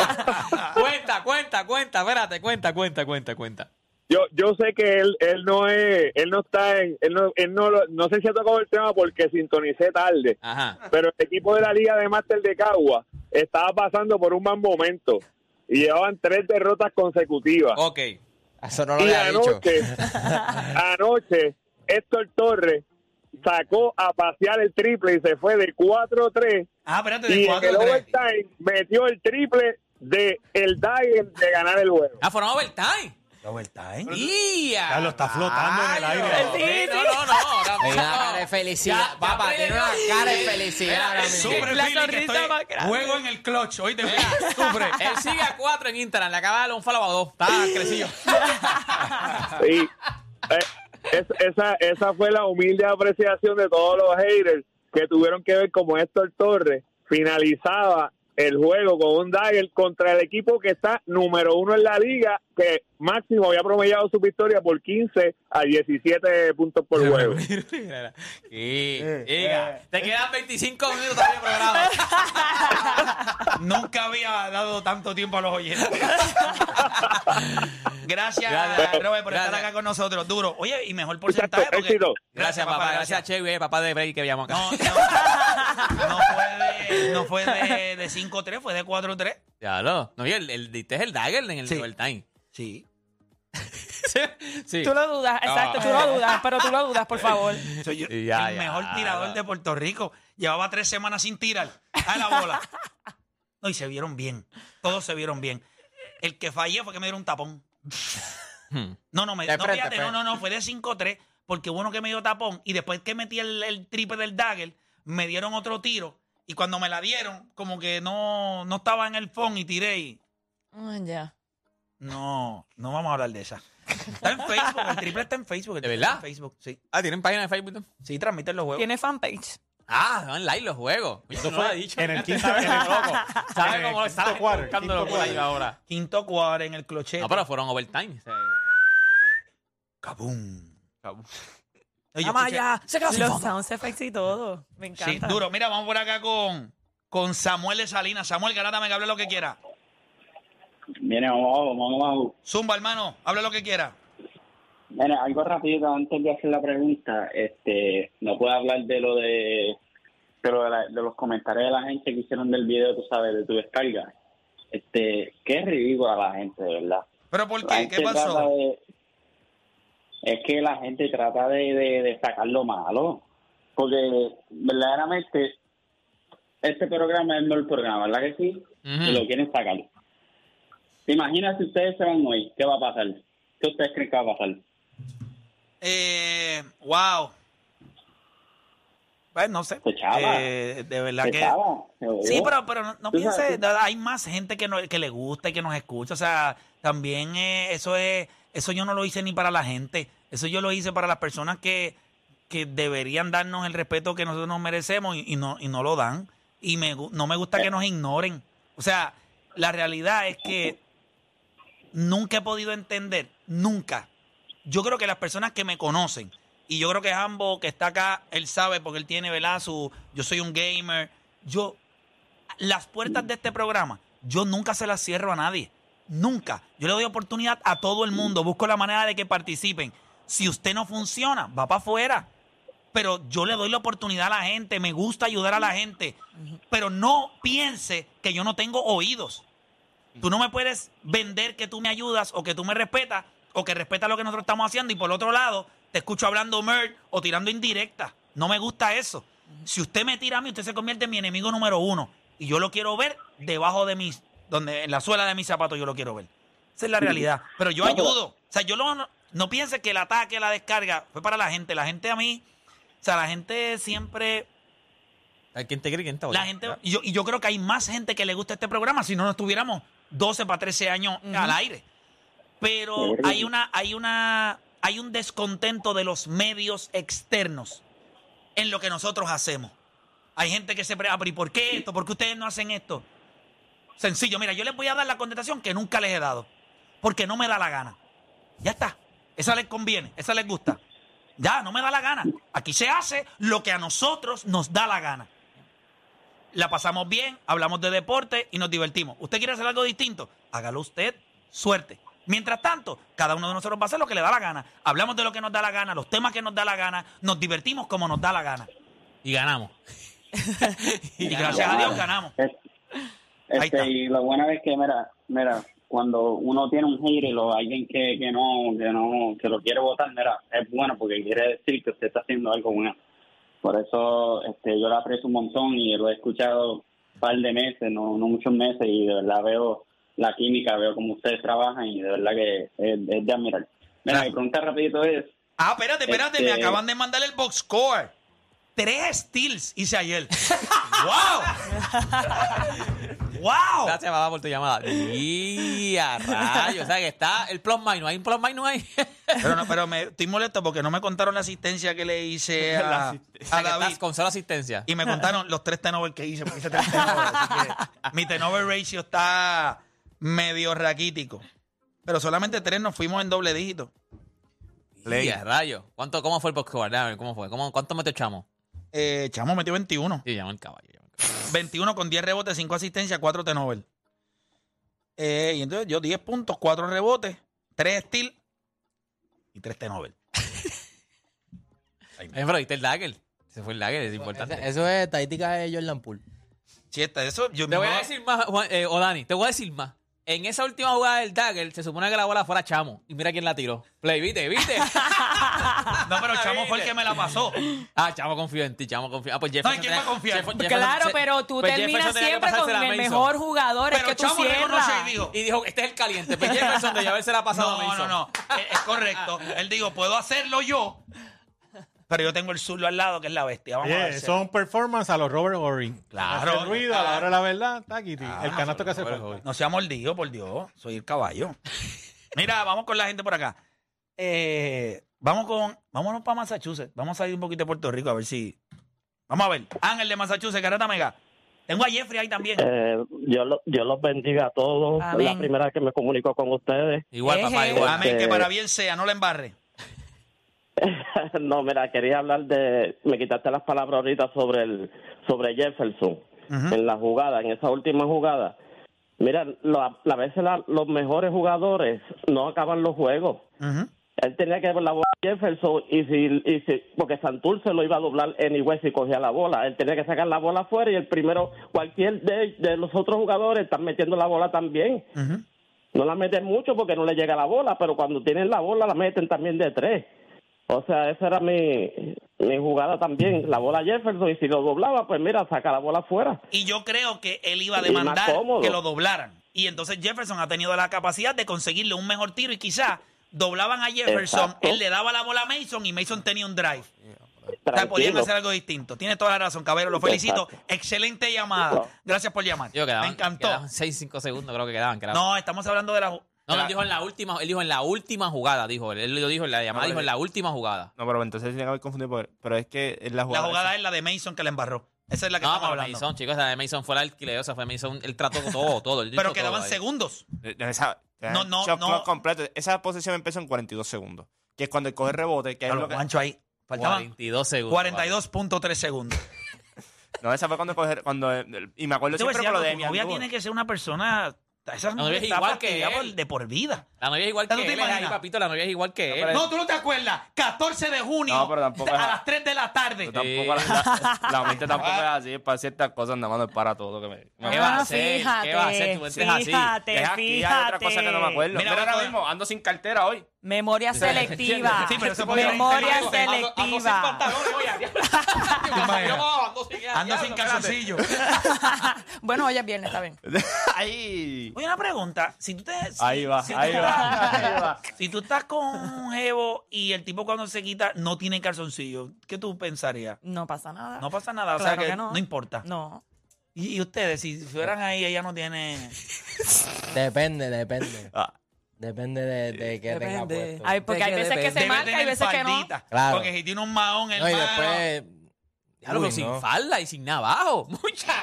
Speaker 6: cuenta, cuenta, cuenta, espérate, cuenta, cuenta, cuenta, cuenta.
Speaker 9: Yo yo sé que él él no es él no está en él no él no lo- no sé si ha tocado el tema porque sintonicé tarde,
Speaker 6: Ajá.
Speaker 9: pero el equipo de la Liga de Máster de Cagua estaba pasando por un mal momento y llevaban tres derrotas consecutivas.
Speaker 6: Ok.
Speaker 4: Eso no lo
Speaker 9: y
Speaker 4: había dicho.
Speaker 9: anoche, anoche, Héctor Torres sacó a pasear el triple y se fue de 4-3
Speaker 3: Ah, espérate,
Speaker 9: y
Speaker 3: de
Speaker 9: en el
Speaker 3: 4 3.
Speaker 9: overtime metió el triple de el Dyer de ganar el juego.
Speaker 6: Ah, fueron overtime.
Speaker 8: Overtime.
Speaker 6: ¡Ya!
Speaker 8: Carlos, está flotando en el aire.
Speaker 6: Sí, no, no, no. ahora
Speaker 4: Tiene una
Speaker 6: mismo.
Speaker 4: cara de felicidad.
Speaker 6: Ya, ya
Speaker 4: Papá, tiene una
Speaker 6: aprendí.
Speaker 4: cara de felicidad ahora mismo.
Speaker 3: Sufre,
Speaker 7: La
Speaker 3: Philly, que
Speaker 7: sonrisa
Speaker 3: estoy-
Speaker 7: más grande.
Speaker 3: Juego en el clutch. Oíste, Philly, sufre.
Speaker 6: Él sigue a 4 en Instagram. Le acaba de dar un follow a 2. Está crecido.
Speaker 9: Y eh, es- esa, esa fue la humilde apreciación de todos los haters que tuvieron que ver como Héctor Torres finalizaba el juego con un Dyer contra el equipo que está número uno en la liga, que máximo había promediado su victoria por 15 a 17 puntos por juego.
Speaker 6: Mira, mira. Sí,
Speaker 8: Eh,
Speaker 6: diga. Te quedan 25 minutos todavía de programa.
Speaker 3: Nunca había dado tanto tiempo a los oyentes. Gracias,
Speaker 6: Gracias.
Speaker 3: Robert, por estar
Speaker 6: Gracias.
Speaker 3: acá con nosotros. Duro. Oye, y mejor porcentaje.
Speaker 9: Exacto,
Speaker 3: porque-
Speaker 9: éxito.
Speaker 6: Gracias, papá. Gracias a Che, güey, papá de Brady que veíamos acá.
Speaker 3: No, no, no fue de, no fue de, de 5-3, fue de 4-3.
Speaker 6: Ya lo. No, y el, el, diste el dagger en el
Speaker 3: Sí.
Speaker 6: overtime.
Speaker 3: Sí.
Speaker 6: sí. Ah,
Speaker 7: Tú lo dudas, exacto, tú lo dudas, pero tú lo dudas, por favor.
Speaker 3: Soy yo-
Speaker 6: Y ya,
Speaker 3: el
Speaker 6: ya.
Speaker 3: mejor tirador de Puerto Rico. Llevaba tres semanas sin tirar a la bola. No, y se vieron bien. Todos se vieron bien. El que fallé fue que me dieron un tapón.
Speaker 6: Hmm.
Speaker 3: No, no, me,
Speaker 4: De
Speaker 3: no,
Speaker 4: frente,
Speaker 3: fíjate, no,
Speaker 4: pues.
Speaker 3: no, no, fue de 5-3, porque hubo uno que me dio tapón y después que metí el, el triple del dagger, me dieron otro tiro y cuando me la dieron, como que no, no estaba en el phone y tiré y...
Speaker 7: Ah, ya.
Speaker 3: No, no vamos a hablar de esa. Está en Facebook, el triple está en Facebook. el
Speaker 6: ¿De
Speaker 3: triple
Speaker 6: verdad?
Speaker 3: está en Facebook, sí.
Speaker 6: Ah, ¿tienen página de Facebook? también?
Speaker 3: Sí, transmiten los juegos.
Speaker 7: Tiene fanpage.
Speaker 6: Ah, van live los juegos. Oye,
Speaker 8: Eso
Speaker 6: no
Speaker 8: fue
Speaker 6: lo ha dicho.
Speaker 8: en el quinto, en el loco. en
Speaker 6: ¿Sabes
Speaker 8: el
Speaker 6: cómo lo
Speaker 8: quinto
Speaker 6: están
Speaker 8: cuadro,
Speaker 6: buscándolo
Speaker 8: quinto
Speaker 6: por ahí
Speaker 8: cuadro.
Speaker 6: ahora?
Speaker 3: Quinto cuadro en el clochete.
Speaker 6: No, pero fueron overtime. o sea,
Speaker 3: Kabum.
Speaker 5: Cabú.
Speaker 3: Oye,
Speaker 6: Vamos
Speaker 3: escuché-
Speaker 6: allá, se quedó sin
Speaker 7: Los
Speaker 6: fondo.
Speaker 7: sound effects y todo. Me
Speaker 3: Sí,
Speaker 7: encanta.
Speaker 3: duro. Mira, vamos por acá con, con Samuel de Salinas. Samuel, garátame que hable lo que quiera.
Speaker 10: Viene, vamos, vamos, vamos.
Speaker 3: Zumba, hermano, habla lo que quiera.
Speaker 10: Mira, algo rápido antes de hacer la pregunta. Este, no puedo hablar de lo de, de, lo de, la- de los comentarios de la gente que hicieron del video, tú sabes, de tu descarga. Este, qué ridícula la gente, de verdad.
Speaker 3: ¿Pero por
Speaker 10: La
Speaker 3: qué?
Speaker 10: gente
Speaker 3: ¿Qué
Speaker 10: trata
Speaker 3: pasó?
Speaker 10: de- es que la gente trata de, de, de sacar lo malo. Porque verdaderamente este programa es el mejor programa, ¿verdad que sí? Y lo quieren sacar. Imagina si ustedes se van hoy, ¿qué va a pasar? ¿Qué ustedes creen que va a pasar?
Speaker 3: Eh, wow. Pues no sé.
Speaker 10: Se chava.
Speaker 3: Eh, de verdad
Speaker 10: ¿Se
Speaker 3: que...
Speaker 10: chava? Se
Speaker 3: Sí,
Speaker 10: jodió.
Speaker 3: pero, pero no, no
Speaker 10: Tú sabes,
Speaker 3: piense,
Speaker 10: tú-
Speaker 3: no, hay más gente que, no- que le gusta y que nos escucha. O sea, también eh, eso es, eso yo no lo hice ni para la gente. Eso yo lo hice para las personas que, que deberían darnos el respeto que nosotros nos merecemos y, y no, y no lo dan. Y me, gu- no me gusta que nos ignoren. O sea, la realidad es que nunca he podido entender, nunca. Yo creo que las personas que me conocen, y yo creo que Jambo, que está acá, él sabe porque él tiene, ¿verdad? Su, yo soy un gamer. Yo, las puertas de este programa, yo nunca se las cierro a nadie. Nunca. Yo le doy oportunidad a todo el mundo. Busco la manera de que participen. Si usted no funciona, va para afuera. Pero yo le doy la oportunidad a la gente. Me gusta ayudar a la gente. Pero no piense que yo no tengo oídos. Tú no me puedes vender que tú me ayudas o que tú me respetas o que respetas lo que nosotros estamos haciendo y por otro lado te escucho hablando mer o tirando indirecta. No me gusta eso. Si usted me tira a mí, usted se convierte en mi enemigo número uno y yo lo quiero ver debajo de mis, donde en la suela de mis zapatos yo lo quiero ver. Esa es la realidad. Pero yo
Speaker 10: No, pero-
Speaker 3: ayudo. O sea, yo lo- no, no piense que el ataque, la descarga fue para la gente. La gente a mí, o sea, la gente siempre
Speaker 6: Hay quien te cree, quien te odia.
Speaker 3: la gente, y yo, y yo creo que hay más gente que le gusta este programa, si no, no estuviéramos 12 para 13 años al aire. Pero
Speaker 10: Seguro.
Speaker 3: hay una, hay una, hay un descontento de los medios externos en lo que nosotros hacemos. Hay gente que se pregunta, pero ¿y por qué esto? ¿Por qué ustedes no hacen esto? Sencillo, mira, yo les voy a dar la contestación que nunca les he dado, porque no me da la gana. Ya está, esa les conviene, esa les gusta. Ya, no me da la gana. Aquí se hace lo que a nosotros nos da la gana la pasamos bien, hablamos de deporte y nos divertimos. ¿Usted quiere hacer algo distinto? Hágalo usted, suerte. Mientras tanto, cada uno de nosotros va a hacer lo que le da la gana. Hablamos de lo que nos da la gana, los temas que nos da la gana, nos divertimos como nos da la gana.
Speaker 6: Y ganamos.
Speaker 3: Y gracias a Dios ganamos.
Speaker 10: Es-
Speaker 3: Ahí está.
Speaker 10: Este, y lo bueno es que, mira, mira, cuando uno tiene un hater o alguien que, que no, que no, que lo quiere votar, mira, es bueno porque quiere decir que usted está haciendo algo bueno. Por eso, este, yo lo aprecio un montón y lo he escuchado un par de meses, no, no muchos meses, y de verdad veo la química, veo cómo ustedes trabajan y de verdad que es, es de admirar. Mira, mi pregunta rapidito es,
Speaker 3: Ah, espérate, espérate, me
Speaker 10: Este-
Speaker 3: acaban de mandar el box score. Tres steals hice ayer. ¡Wow! ¡Wow!
Speaker 6: Gracias, papá, por tu llamada. Y a rayos. O sea, que está el plus minus. ¿Hay un plus minus ahí?
Speaker 3: Pero, no, pero me, estoy molesto porque no me contaron la asistencia que le hice
Speaker 5: La
Speaker 3: a,
Speaker 5: asistencia.
Speaker 6: O sea,
Speaker 3: a
Speaker 6: que
Speaker 3: David.
Speaker 6: estás con solo asistencia.
Speaker 3: Y me contaron los tres turnovers que hice, porque hice tres turnovers. así que mi turnover ratio está medio raquítico. Pero solamente tres nos fuimos en doble dígito.
Speaker 6: Y a rayos. ¿Cuánto, ¿Cómo fue el box score? Dame, ¿Cómo fue? ¿Cómo, ¿Cuánto metió Chamo?
Speaker 3: Eh, Chamo metió 21.
Speaker 6: Sí, llamó el caballo. llamó el caballo.
Speaker 3: 21 con 10 rebotes, 5 asistencias, 4 turnovers. Eh, y entonces yo 10 puntos, 4 rebotes, 3 steals y 3 turnovers.
Speaker 6: Eh, pero viste el dagger. Se fue el dagger, es importante.
Speaker 4: Eso es táctica de Jordan Poole.
Speaker 3: Sí, está, eso yo
Speaker 6: Te voy
Speaker 3: no-
Speaker 6: a decir más, Juan, eh, o Dani, te voy a decir más. En esa última jugada del dagger, se supone que la bola fuera Chamo. Y mira quién la tiró. Play, ¿viste? ¿Viste?
Speaker 3: No, pero Chamo fue el que me la pasó.
Speaker 6: ah, Chamo confío en ti, Chamo confío. Ah, pues Jefferson.
Speaker 3: ¿quién va a
Speaker 6: tenía-
Speaker 3: confiar?
Speaker 6: Jefferson- Jefferson-
Speaker 7: Claro,
Speaker 6: se-
Speaker 7: pero tú
Speaker 6: pues
Speaker 7: terminas
Speaker 6: Jefferson tenía que
Speaker 7: siempre con el
Speaker 6: pasársela a Mason.
Speaker 7: mejor jugador. es
Speaker 3: Pero
Speaker 7: que tú
Speaker 3: Chamo
Speaker 7: cierras.
Speaker 3: reconoció y dijo,
Speaker 6: Y dijo, este es el caliente. Pues Jefferson debió haberse la pasado a
Speaker 3: No, no,
Speaker 6: Mason.
Speaker 3: no. Es, es correcto. Él dijo, puedo hacerlo yo. Pero yo tengo el zurdo al lado, que es la bestia. Vamos a
Speaker 8: Oye,
Speaker 3: ver. si-
Speaker 8: son performance a los Robert Ory.
Speaker 3: Claro. Ah.
Speaker 8: Hace ruido a la hora de la verdad. taquiti. el canasto que hace
Speaker 6: Robert
Speaker 8: falta.
Speaker 6: Ory.
Speaker 3: No sea mordido, por Dios. Soy el caballo. Mira, vamos con la gente por acá. Eh, vamos con. Vámonos para Massachusetts. Vamos a salir un poquito de Puerto Rico a ver si. Vamos a ver. Ángel de Massachusetts, Garata Mega. Tengo a Jeffrey ahí también.
Speaker 11: Eh, yo, lo- yo los bendiga a todos.
Speaker 7: Amén.
Speaker 11: Es la primera vez que me comunico con ustedes.
Speaker 6: Igual, papá,
Speaker 7: Eje.
Speaker 6: igual.
Speaker 3: Amén,
Speaker 11: este-
Speaker 3: que para bien sea, no la embarre.
Speaker 11: no, mira, quería hablar de, me quitaste las palabras ahorita sobre el, sobre Jefferson en la jugada, en esa última jugada. Mira, lo- a veces la- los mejores jugadores no acaban los juegos. Él tenía que ver la bola a Jefferson y si, y si- porque Santurce lo iba a doblar anyway si cogía la bola. Él tenía que sacar la bola afuera y el primero, cualquier de, de los otros jugadores están metiendo la bola también. No la meten mucho porque no le llega la bola, pero cuando tienen la bola la meten también de tres. O sea, esa era mi, mi jugada también, la bola a Jefferson y si lo doblaba, pues mira, saca la bola afuera.
Speaker 3: Y yo creo que él iba a
Speaker 11: Y más
Speaker 3: demandar
Speaker 11: cómodo.
Speaker 3: que lo doblaran. Y entonces Jefferson ha tenido la capacidad de conseguirle un mejor tiro y quizá doblaban a Jefferson,
Speaker 11: Exacto.
Speaker 3: él le daba la bola a Mason y Mason tenía un drive. O sea, podían
Speaker 11: Tranquilo.
Speaker 3: hacer algo distinto. Tiene toda la razón, Cabero. Lo felicito. Excelente llamada. Gracias por llamar.
Speaker 6: Yo quedaban,
Speaker 3: Me encantó.
Speaker 6: Quedaban 6, 5 segundos, creo que quedaban. quedaban.
Speaker 3: No, estamos hablando de la... ju-
Speaker 6: No, él dijo en la última, él dijo en la última jugada, dijo él. Él lo dijo en la llamada,
Speaker 5: No,
Speaker 6: dijo
Speaker 3: eh,
Speaker 6: en
Speaker 5: pero-
Speaker 6: la última jugada.
Speaker 5: No, pero entonces tiene que haber confundido. porque- pero es que es la
Speaker 3: La
Speaker 5: jugada.
Speaker 3: jugada es la de Mason que la embarró. Esa es la que
Speaker 6: No,
Speaker 3: estamos
Speaker 6: pero
Speaker 3: hablando.
Speaker 6: Mason, chicos, la de Mason fue la alquileosa, fue Mason, él trató todo, todo. él hizo
Speaker 3: Pero
Speaker 6: todo
Speaker 3: quedaban
Speaker 6: ahí.
Speaker 3: segundos.
Speaker 5: Eh, esa- te dan
Speaker 3: No, no,
Speaker 5: shot
Speaker 3: no.
Speaker 5: clock completo. Esa posesión empezó en 42 segundos. Que es cuando él coge el rebote. Que es
Speaker 3: Claro,
Speaker 5: lo que-
Speaker 3: Juancho ahí. Faltaban
Speaker 6: 42 segundos.
Speaker 3: 42.3 segundos.
Speaker 5: no, esa fue cuando coge. Cuando, el- y me acuerdo
Speaker 3: Te voy a
Speaker 5: siempre
Speaker 3: decir
Speaker 5: con lo
Speaker 3: algo,
Speaker 5: de
Speaker 3: tu novia tiene que ser una persona... Esa
Speaker 6: novia es
Speaker 3: está
Speaker 6: igual que
Speaker 3: fastidiada
Speaker 6: él.
Speaker 3: por- de por vida.
Speaker 6: La novia es igual que
Speaker 3: ¿Tú te
Speaker 6: él, es ahí,
Speaker 3: imaginas?
Speaker 6: papito, la novia es igual que él.
Speaker 3: No, tú no te acuerdas. 14 de junio
Speaker 5: No, pero tampoco
Speaker 3: a
Speaker 5: es-
Speaker 3: las 3 de la tarde.
Speaker 5: Tampoco la, la- la mente tampoco es así. Es para ciertas cosas, nada más no es para todo. Que me,
Speaker 6: ¿Qué va a hacer? ¿Qué va a hacer? Tú
Speaker 7: Ah, Fíjate,
Speaker 6: entres así.
Speaker 7: fíjate,
Speaker 5: Es aquí hay otra cosa que no me acuerdo.
Speaker 3: Mira,
Speaker 5: Mira,
Speaker 3: vamos
Speaker 5: ahora
Speaker 3: a-
Speaker 5: mismo ando sin cartera hoy.
Speaker 7: Memoria selectiva.
Speaker 3: Sí, pero eso podía
Speaker 7: Memoria
Speaker 3: haber tenido-
Speaker 6: Ando- ando sin
Speaker 7: selectiva.
Speaker 6: pantalones, voy a-
Speaker 3: imaginas?
Speaker 6: Yo ando sin-
Speaker 3: Ando
Speaker 6: ya,
Speaker 3: sin
Speaker 6: no,
Speaker 3: calzoncillo.
Speaker 7: bueno, hoy es viernes, está bien.
Speaker 5: Ahí.
Speaker 3: Oye, una pregunta. Si tú te, si-
Speaker 5: Ahí va,
Speaker 3: si tú
Speaker 5: ahí va.
Speaker 3: estás-
Speaker 5: Ahí va.
Speaker 3: Si tú estás con un jevo y el tipo cuando se quita no tiene calzoncillo, ¿qué tú pensarías?
Speaker 7: No pasa nada.
Speaker 3: No pasa nada, o
Speaker 7: Claro
Speaker 3: sea que,
Speaker 7: que
Speaker 3: no.
Speaker 7: no.
Speaker 3: importa.
Speaker 7: No.
Speaker 3: Y, y ustedes, si fueran ahí, ella no tiene.
Speaker 4: Depende, depende.
Speaker 5: Ah.
Speaker 4: Depende de, de qué tenga
Speaker 6: Depende.
Speaker 4: puesto.
Speaker 7: Ay, porque
Speaker 6: ¿De
Speaker 7: hay
Speaker 6: qué
Speaker 7: veces que
Speaker 6: depende?
Speaker 7: se
Speaker 3: Debe
Speaker 7: marca y
Speaker 3: tener
Speaker 7: veces que no.
Speaker 3: faldita,
Speaker 4: Claro.
Speaker 3: Porque si tiene un mahón, el
Speaker 4: No, y
Speaker 6: Pues,
Speaker 4: después.
Speaker 6: Claro,
Speaker 4: Uy,
Speaker 6: pero sin
Speaker 4: no,
Speaker 6: falda y sin nada abajo. Muchachos.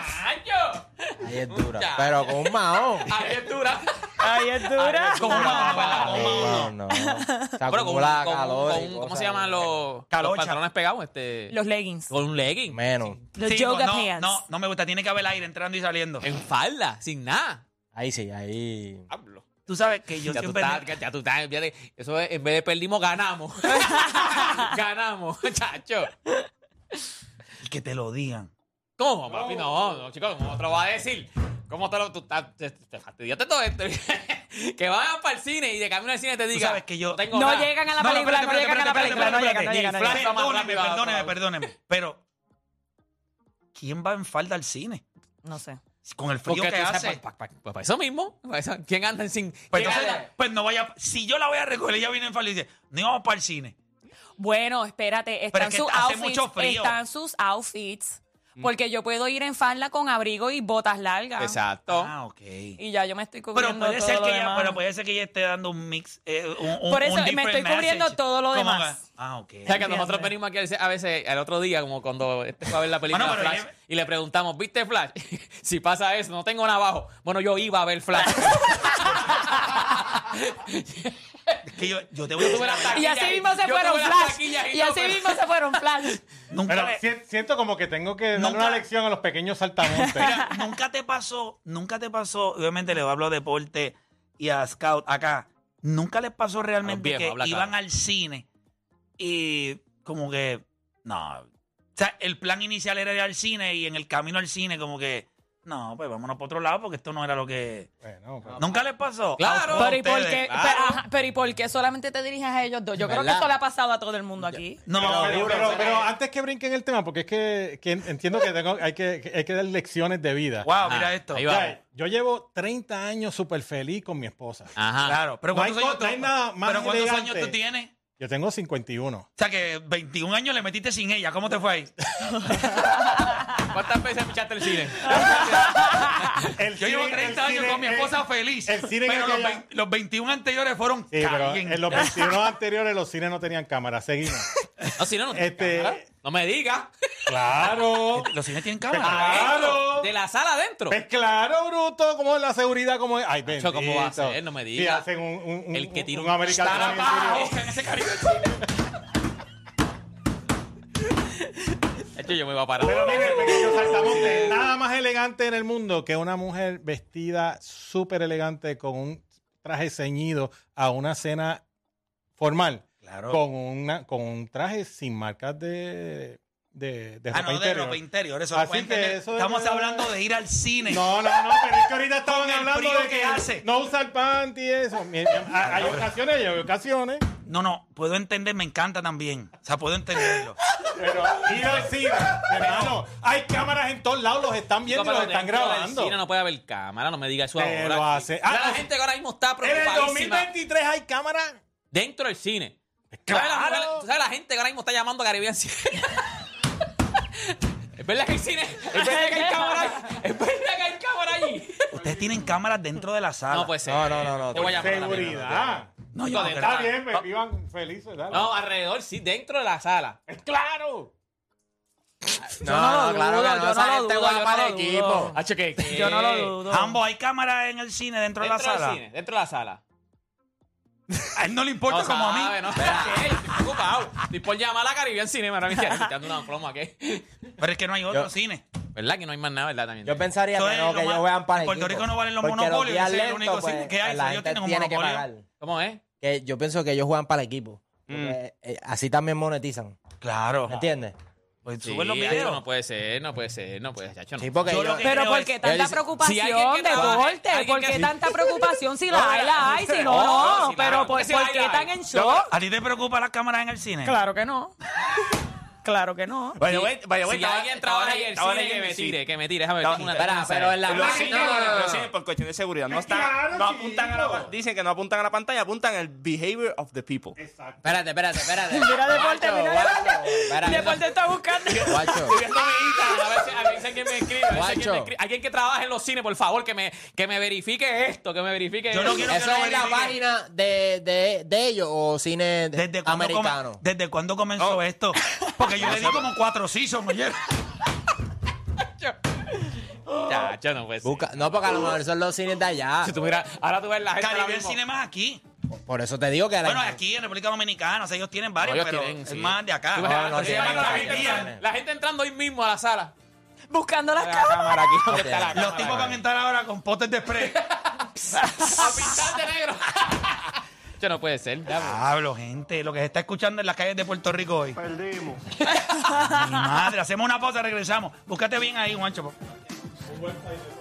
Speaker 4: Ahí es dura.
Speaker 6: Ya.
Speaker 4: Pero con un mahón.
Speaker 6: Ahí es dura.
Speaker 4: Ahí es dura.
Speaker 3: Con un mahón, ¿verdad?
Speaker 4: Con un mahón, no. Se
Speaker 6: Bueno, con, un-
Speaker 4: acumula
Speaker 6: con un-
Speaker 4: calor.
Speaker 6: con
Speaker 4: y
Speaker 6: un- ¿Cómo
Speaker 4: cosas
Speaker 6: se llaman
Speaker 4: ahí.
Speaker 6: los, los
Speaker 3: Calocha.
Speaker 6: pantalones pegados? Este,
Speaker 7: Los leggings.
Speaker 6: con un legging.
Speaker 4: Menos.
Speaker 7: Los yoga
Speaker 3: pues, no,
Speaker 7: pants.
Speaker 3: No, no me gusta, tiene que haber aire entrando y saliendo.
Speaker 6: En falda, sin nada.
Speaker 4: Ahí sí, ahí.
Speaker 5: Hablo.
Speaker 3: Tú sabes que yo
Speaker 6: ya, tú
Speaker 3: siempre.
Speaker 6: estás, ya- ya tú estás, fíjate, eso es, en vez de perdimos, ganamos. ganamos, chacho.
Speaker 3: Y que te lo digan.
Speaker 6: ¿Cómo, papi? No, no, chicos, ¿cómo te lo vas a decir? ¿Cómo te lo...? Tú estás, te, te fastidiaste todo esto. que vayan para el cine y de camino al cine te digan...
Speaker 3: sabes que yo-
Speaker 6: tengo
Speaker 7: No
Speaker 6: nada".
Speaker 7: llegan a la película, no llegan a la película, no llegan, no llegan. no llegan.
Speaker 3: Perdóneme, perdóneme, perdóneme. Pero, ¿quién va en falda al cine?
Speaker 7: No sé.
Speaker 3: Con el frío
Speaker 6: Porque
Speaker 3: que
Speaker 6: tú sabes,
Speaker 3: hace.
Speaker 6: pa- pa- pa- pues para eso mismo. pa' eso- ¿Quién anda sin...?
Speaker 3: Pues,
Speaker 6: quién
Speaker 3: entonces,
Speaker 6: anda-
Speaker 3: pues no vaya. Si yo la voy a recoger, ella viene en falda y dice, no vamos para el cine.
Speaker 7: Bueno, espérate,
Speaker 3: Pero
Speaker 7: están
Speaker 3: es que
Speaker 7: sus
Speaker 3: hace
Speaker 7: outfits.
Speaker 3: mucho frío. Mm.
Speaker 7: Están sus outfits. Porque yo puedo ir en falda con abrigo y botas largas.
Speaker 6: Exacto.
Speaker 3: Ah, ok.
Speaker 7: Y ya yo me estoy cubriendo
Speaker 3: Pero puede,
Speaker 7: todo
Speaker 3: ser
Speaker 7: lo
Speaker 3: que ella,
Speaker 7: demás.
Speaker 3: pero puede ser que ella esté dando un mix. eh, un- un-
Speaker 7: Por eso
Speaker 3: un
Speaker 7: me estoy
Speaker 3: different
Speaker 7: cubriendo
Speaker 3: message.
Speaker 7: todo lo
Speaker 3: Como
Speaker 7: demás.
Speaker 3: que- Ah, ok.
Speaker 6: O sea, que nosotros
Speaker 7: Entiende.
Speaker 6: venimos aquí a veces, a veces al otro día, como cuando este fue a ver la película
Speaker 3: Bueno, pero
Speaker 6: Flash,
Speaker 3: ella-
Speaker 6: y le preguntamos, ¿viste Flash? si pasa eso, no tengo nada abajo. Bueno, yo iba a ver Flash.
Speaker 3: Es que yo, yo te voy a decir.
Speaker 6: tuve
Speaker 3: la
Speaker 6: la
Speaker 3: verdad.
Speaker 7: Y
Speaker 6: taquilla
Speaker 7: así
Speaker 6: ahí.
Speaker 7: mismo se
Speaker 6: Yo
Speaker 7: fueron
Speaker 6: tuve las
Speaker 7: flash.
Speaker 6: taquillas ahí,
Speaker 7: Y
Speaker 6: no,
Speaker 7: así
Speaker 6: pero-
Speaker 7: mismo se fueron flash.
Speaker 3: Nunca
Speaker 8: Pero
Speaker 3: le-
Speaker 8: si- siento como que tengo que dar
Speaker 3: Nunca-
Speaker 8: una lección a los pequeños saltamontes.
Speaker 3: Mira, nunca te pasó, nunca te pasó, obviamente le hablo a deporte y a scout acá, nunca les pasó realmente
Speaker 6: viejos, habla
Speaker 3: que
Speaker 6: claro.
Speaker 3: iban al cine y como que, no, o sea, el plan inicial era ir al cine y en el camino al cine como que, no, pues vámonos para otro lado porque esto no era lo que...
Speaker 8: Bueno, pues,
Speaker 3: Nunca les pasó.
Speaker 6: Ah, Claro.
Speaker 3: A
Speaker 7: Pero ¿y,
Speaker 3: ustedes. Ah,
Speaker 7: por qué,
Speaker 6: claro.
Speaker 7: pero, ajá, pero ¿y por qué solamente te diriges a ellos dos? Yo creo que
Speaker 6: ¿Verdad?
Speaker 7: esto le ha pasado a todo el mundo aquí.
Speaker 3: No,
Speaker 8: Pero,
Speaker 3: pero-
Speaker 8: pero- pero antes que brinquen el tema, porque es que, que entiendo que, tengo, hay que que hay que dar lecciones de vida.
Speaker 3: wow, mira esto.
Speaker 6: Ah, Ahí
Speaker 8: O
Speaker 6: va.
Speaker 8: sea, yo llevo 30 años súper feliz con mi esposa.
Speaker 6: Ajá.
Speaker 3: Claro, pero
Speaker 8: No hay
Speaker 3: ¿cuántos,
Speaker 8: co-
Speaker 3: años, tú,
Speaker 8: no hay nada más
Speaker 3: pero ¿cuántos
Speaker 8: elegante.
Speaker 3: años tú tienes?
Speaker 8: Yo tengo 51.
Speaker 3: O sea, que 21 años le metiste sin ella. ¿Cómo te fue ahí?
Speaker 6: ¿Cuántas veces pichaste el cine?
Speaker 8: El
Speaker 3: Yo
Speaker 8: cine-
Speaker 3: llevo
Speaker 8: el
Speaker 3: 30 años
Speaker 8: cine-
Speaker 3: con mi
Speaker 8: el-
Speaker 3: esposa feliz.
Speaker 8: el cine en
Speaker 3: pero los,
Speaker 8: aquella-
Speaker 3: vein- los 21 anteriores fueron
Speaker 8: Sí, pero
Speaker 3: calientes.
Speaker 8: en los 21 anteriores los cines no tenían cámara. Seguimos.
Speaker 6: No, si no, no.
Speaker 8: Este-
Speaker 6: No me Este, digas.
Speaker 8: Claro.
Speaker 3: Los cines tienen cámara.
Speaker 8: Claro.
Speaker 6: De la sala adentro.
Speaker 8: Pues claro, bruto, como la seguridad, como es. Ay, bendito.
Speaker 6: Nacho, ¿cómo va a ser? No me
Speaker 8: Sí,
Speaker 6: digas.
Speaker 8: hacen un, un, un-
Speaker 6: El que tira
Speaker 8: un,
Speaker 6: un-
Speaker 8: American
Speaker 6: Estará
Speaker 8: Dream.
Speaker 6: abajo.
Speaker 3: en ese Caribe Chile.
Speaker 6: hecho, Este, yo me iba a parar.
Speaker 8: Pero mire, pequeño saltamontes, nada más elegante en el mundo que una mujer vestida súper elegante con un traje ceñido a una cena formal.
Speaker 3: Claro.
Speaker 8: Con, una, con un traje sin marcas de, de, de ropa
Speaker 3: Ah, no, de
Speaker 8: interior.
Speaker 3: ropa interior. Eso,
Speaker 8: Así
Speaker 3: pueden
Speaker 8: que
Speaker 3: tener-
Speaker 8: eso es-
Speaker 3: Estamos hablando de ir al cine.
Speaker 8: No, no, no, pero es que ahorita estaban
Speaker 3: el
Speaker 8: hablando
Speaker 3: frío
Speaker 8: de
Speaker 3: que
Speaker 8: que
Speaker 3: hace.
Speaker 8: no usar panty y eso. Mi- Hay ocasiones, y hay ocasiones.
Speaker 3: No, no, puedo entender, me encanta también. O sea, puedo entenderlo.
Speaker 8: Pero ir al cine, hermano, hay cámaras en todos lados, los están viendo,
Speaker 6: No,
Speaker 8: los
Speaker 6: pero
Speaker 8: están
Speaker 6: dentro del
Speaker 8: grabando.
Speaker 6: cine no puede haber cámara, no me diga eso
Speaker 8: Pero
Speaker 6: ahora.
Speaker 8: hace-
Speaker 6: Ya
Speaker 8: Ah,
Speaker 6: la
Speaker 8: no.
Speaker 6: gente que ahora mismo está
Speaker 8: En el
Speaker 6: preocupadísima
Speaker 8: 2023 hay cámaras.
Speaker 6: dentro del cine. ¿Sabes, la,
Speaker 3: Ah,
Speaker 8: Pues Claro.
Speaker 6: mujer- ¿Sabes la gente que ahora mismo está llamando a Caribbean Cine? ¿Es verdad que hay cine? ¿Es verdad que hay cámara ahí? ¿Es verdad que hay cámara allí?
Speaker 3: Ustedes tienen cámaras dentro de la sala.
Speaker 6: No puede ser.
Speaker 4: No, no, no, no.
Speaker 6: Te voy a llamar. ahora mismo.
Speaker 8: Seguridad.
Speaker 3: No, yo no
Speaker 8: Está
Speaker 3: creo.
Speaker 8: bien, me vivan felices, dale.
Speaker 6: No, alrededor, sí, dentro de la sala.
Speaker 8: ¡Claro!
Speaker 4: No, no,
Speaker 7: lo
Speaker 4: claro
Speaker 7: dudo,
Speaker 4: que no,
Speaker 7: yo
Speaker 4: esa
Speaker 7: lo
Speaker 6: este
Speaker 4: gente
Speaker 7: dudo,
Speaker 4: juega
Speaker 7: yo
Speaker 4: para
Speaker 7: lo
Speaker 4: el
Speaker 7: dudo.
Speaker 4: equipo.
Speaker 6: Ah, cheque.
Speaker 7: Yo no lo dudo.
Speaker 3: Jambo, ¿hay cámaras en el cine
Speaker 6: Dentro
Speaker 3: dentro, de la sala?
Speaker 6: del cine, dentro de la sala.
Speaker 3: A él no le importa como a mí.
Speaker 6: sabe, No, ¿Qué? Estoy preocupado. Estoy por llamar a la Caribbean Cine, me estoy quitando una ploma, ¿qué?
Speaker 3: Pero es que no hay otro
Speaker 4: Yo-
Speaker 3: cine.
Speaker 6: ¿Verdad que no hay más nada, verdad? También.
Speaker 4: Yo pensaría
Speaker 3: Eso
Speaker 4: que
Speaker 3: es
Speaker 4: no,
Speaker 3: lo
Speaker 4: que
Speaker 3: más-
Speaker 4: ellos vean para
Speaker 3: en
Speaker 4: el
Speaker 3: Puerto
Speaker 4: equipo.
Speaker 3: Rico no valen los
Speaker 4: Porque
Speaker 3: monopolios,
Speaker 4: días
Speaker 3: ese es el
Speaker 4: lentos,
Speaker 3: único cine que hay,
Speaker 4: pues, La
Speaker 3: ellos
Speaker 4: gente
Speaker 3: tienen un
Speaker 4: tiene que
Speaker 3: monopolio. Mm.
Speaker 4: pagar.
Speaker 6: ¿Cómo es?
Speaker 4: Que yo pienso que ellos juegan para el equipo. Porque, eh, así también monetizan.
Speaker 3: Claro.
Speaker 4: ¿Me entiendes?
Speaker 3: Pues
Speaker 6: Sí,
Speaker 3: suben los
Speaker 6: algo
Speaker 3: videos.
Speaker 6: no puede ser, no puede ser, no puede ser. chacho, no.
Speaker 4: Sí, porque
Speaker 3: Yo lo
Speaker 4: ellos-
Speaker 3: que-
Speaker 7: Pero
Speaker 3: creo
Speaker 7: ¿por
Speaker 3: es-
Speaker 7: qué tanta
Speaker 6: Ellos dicen, si alguien
Speaker 7: preocupación
Speaker 6: que
Speaker 7: de
Speaker 6: trabaja-
Speaker 7: corte?
Speaker 6: alguien
Speaker 7: ¿Por
Speaker 6: que-
Speaker 7: qué tanta preocupación si
Speaker 6: No,
Speaker 7: la hay, la hay? Si no,
Speaker 6: no,
Speaker 7: no.
Speaker 6: si la hay,
Speaker 7: Oh, Pero ¿por
Speaker 6: si
Speaker 7: por
Speaker 6: la hay,
Speaker 7: qué
Speaker 6: la
Speaker 7: están
Speaker 6: hay.
Speaker 7: en shock?
Speaker 3: ¿A ti te preocupan las cámaras en el cine?
Speaker 7: Claro que no. Claro que no.
Speaker 5: By the way, by the way,
Speaker 6: si
Speaker 5: estaba-
Speaker 6: alguien trabaja
Speaker 5: estaba
Speaker 6: en el
Speaker 5: estaba
Speaker 6: cine, que
Speaker 5: leyendo,
Speaker 6: me
Speaker 5: sí.
Speaker 6: tire, que me tire. Déjame ver.
Speaker 5: No,
Speaker 6: tengo una-
Speaker 4: espera,
Speaker 6: tengo una
Speaker 4: pero
Speaker 6: serie.
Speaker 4: en la-
Speaker 5: Los cines,
Speaker 4: no, no, no,
Speaker 5: los
Speaker 4: no.
Speaker 5: cines por cuestión de seguridad. No,
Speaker 8: Es
Speaker 5: están,
Speaker 8: claro,
Speaker 5: no apuntan a la,
Speaker 8: chico.
Speaker 5: dicen que no apuntan a la pantalla, apuntan al behavior of the people.
Speaker 4: Espérate, espérate, espérate.
Speaker 7: Mira deporte,
Speaker 4: Guacho,
Speaker 7: mira
Speaker 4: guacho, espérate.
Speaker 7: deporte. Deporte está buscando.
Speaker 4: Guacho,
Speaker 6: A ver si- a ver si alguien me escribe, a ver si alguien me
Speaker 4: Guacho.
Speaker 6: escribe. Alguien que trabaja en los cines, por favor, que me, que me verifique esto, que me verifique
Speaker 3: Yo no
Speaker 6: esto.
Speaker 3: quiero que
Speaker 4: ¿Eso
Speaker 3: lo
Speaker 4: es la
Speaker 3: verifiquen.
Speaker 4: página de, de, de ellos o cine de-
Speaker 3: ¿Desde cuándo, com-
Speaker 4: americano?
Speaker 3: ¿Desde cuándo comenzó
Speaker 5: Oh.
Speaker 3: esto? Porque yo le di como cuatro seasons, oye.
Speaker 6: Chacho, no puede ser.
Speaker 4: Busca- no, porque a lo mejor son los cines de allá.
Speaker 6: Si tú miras- ahora tú ves la gente. ahora
Speaker 3: Caribe
Speaker 6: mismo.
Speaker 3: Cine más aquí.
Speaker 4: Por eso te digo que... la-
Speaker 3: Bueno, aquí en República Dominicana, o sea, ellos tienen varios,
Speaker 6: No, ellos
Speaker 3: pero
Speaker 6: tienen,
Speaker 3: es
Speaker 6: sí.
Speaker 3: más de acá. Ah,
Speaker 6: Tú ves-
Speaker 4: no,
Speaker 6: tú
Speaker 4: sí,
Speaker 6: ves
Speaker 4: hay
Speaker 6: la,
Speaker 4: cámaras,
Speaker 6: gente
Speaker 4: hay
Speaker 6: entrando-
Speaker 4: cámaras.
Speaker 6: la gente entrando hoy mismo a la sala.
Speaker 7: Buscando las
Speaker 6: La
Speaker 7: cámaras.
Speaker 6: cámara aquí, ¿dónde
Speaker 4: Ok.
Speaker 6: está la
Speaker 4: Los
Speaker 3: Los
Speaker 6: cámara?
Speaker 3: tipos van a entrar ahora con potes de spray.
Speaker 6: A pintar de negro. Esto no puede ser. ya, bro.
Speaker 3: Hablo, gente, lo que se está escuchando en las calles de Puerto Rico hoy. Perdimos. Mi madre, hacemos una pausa, regresamos. Búscate bien ahí, Juancho. po.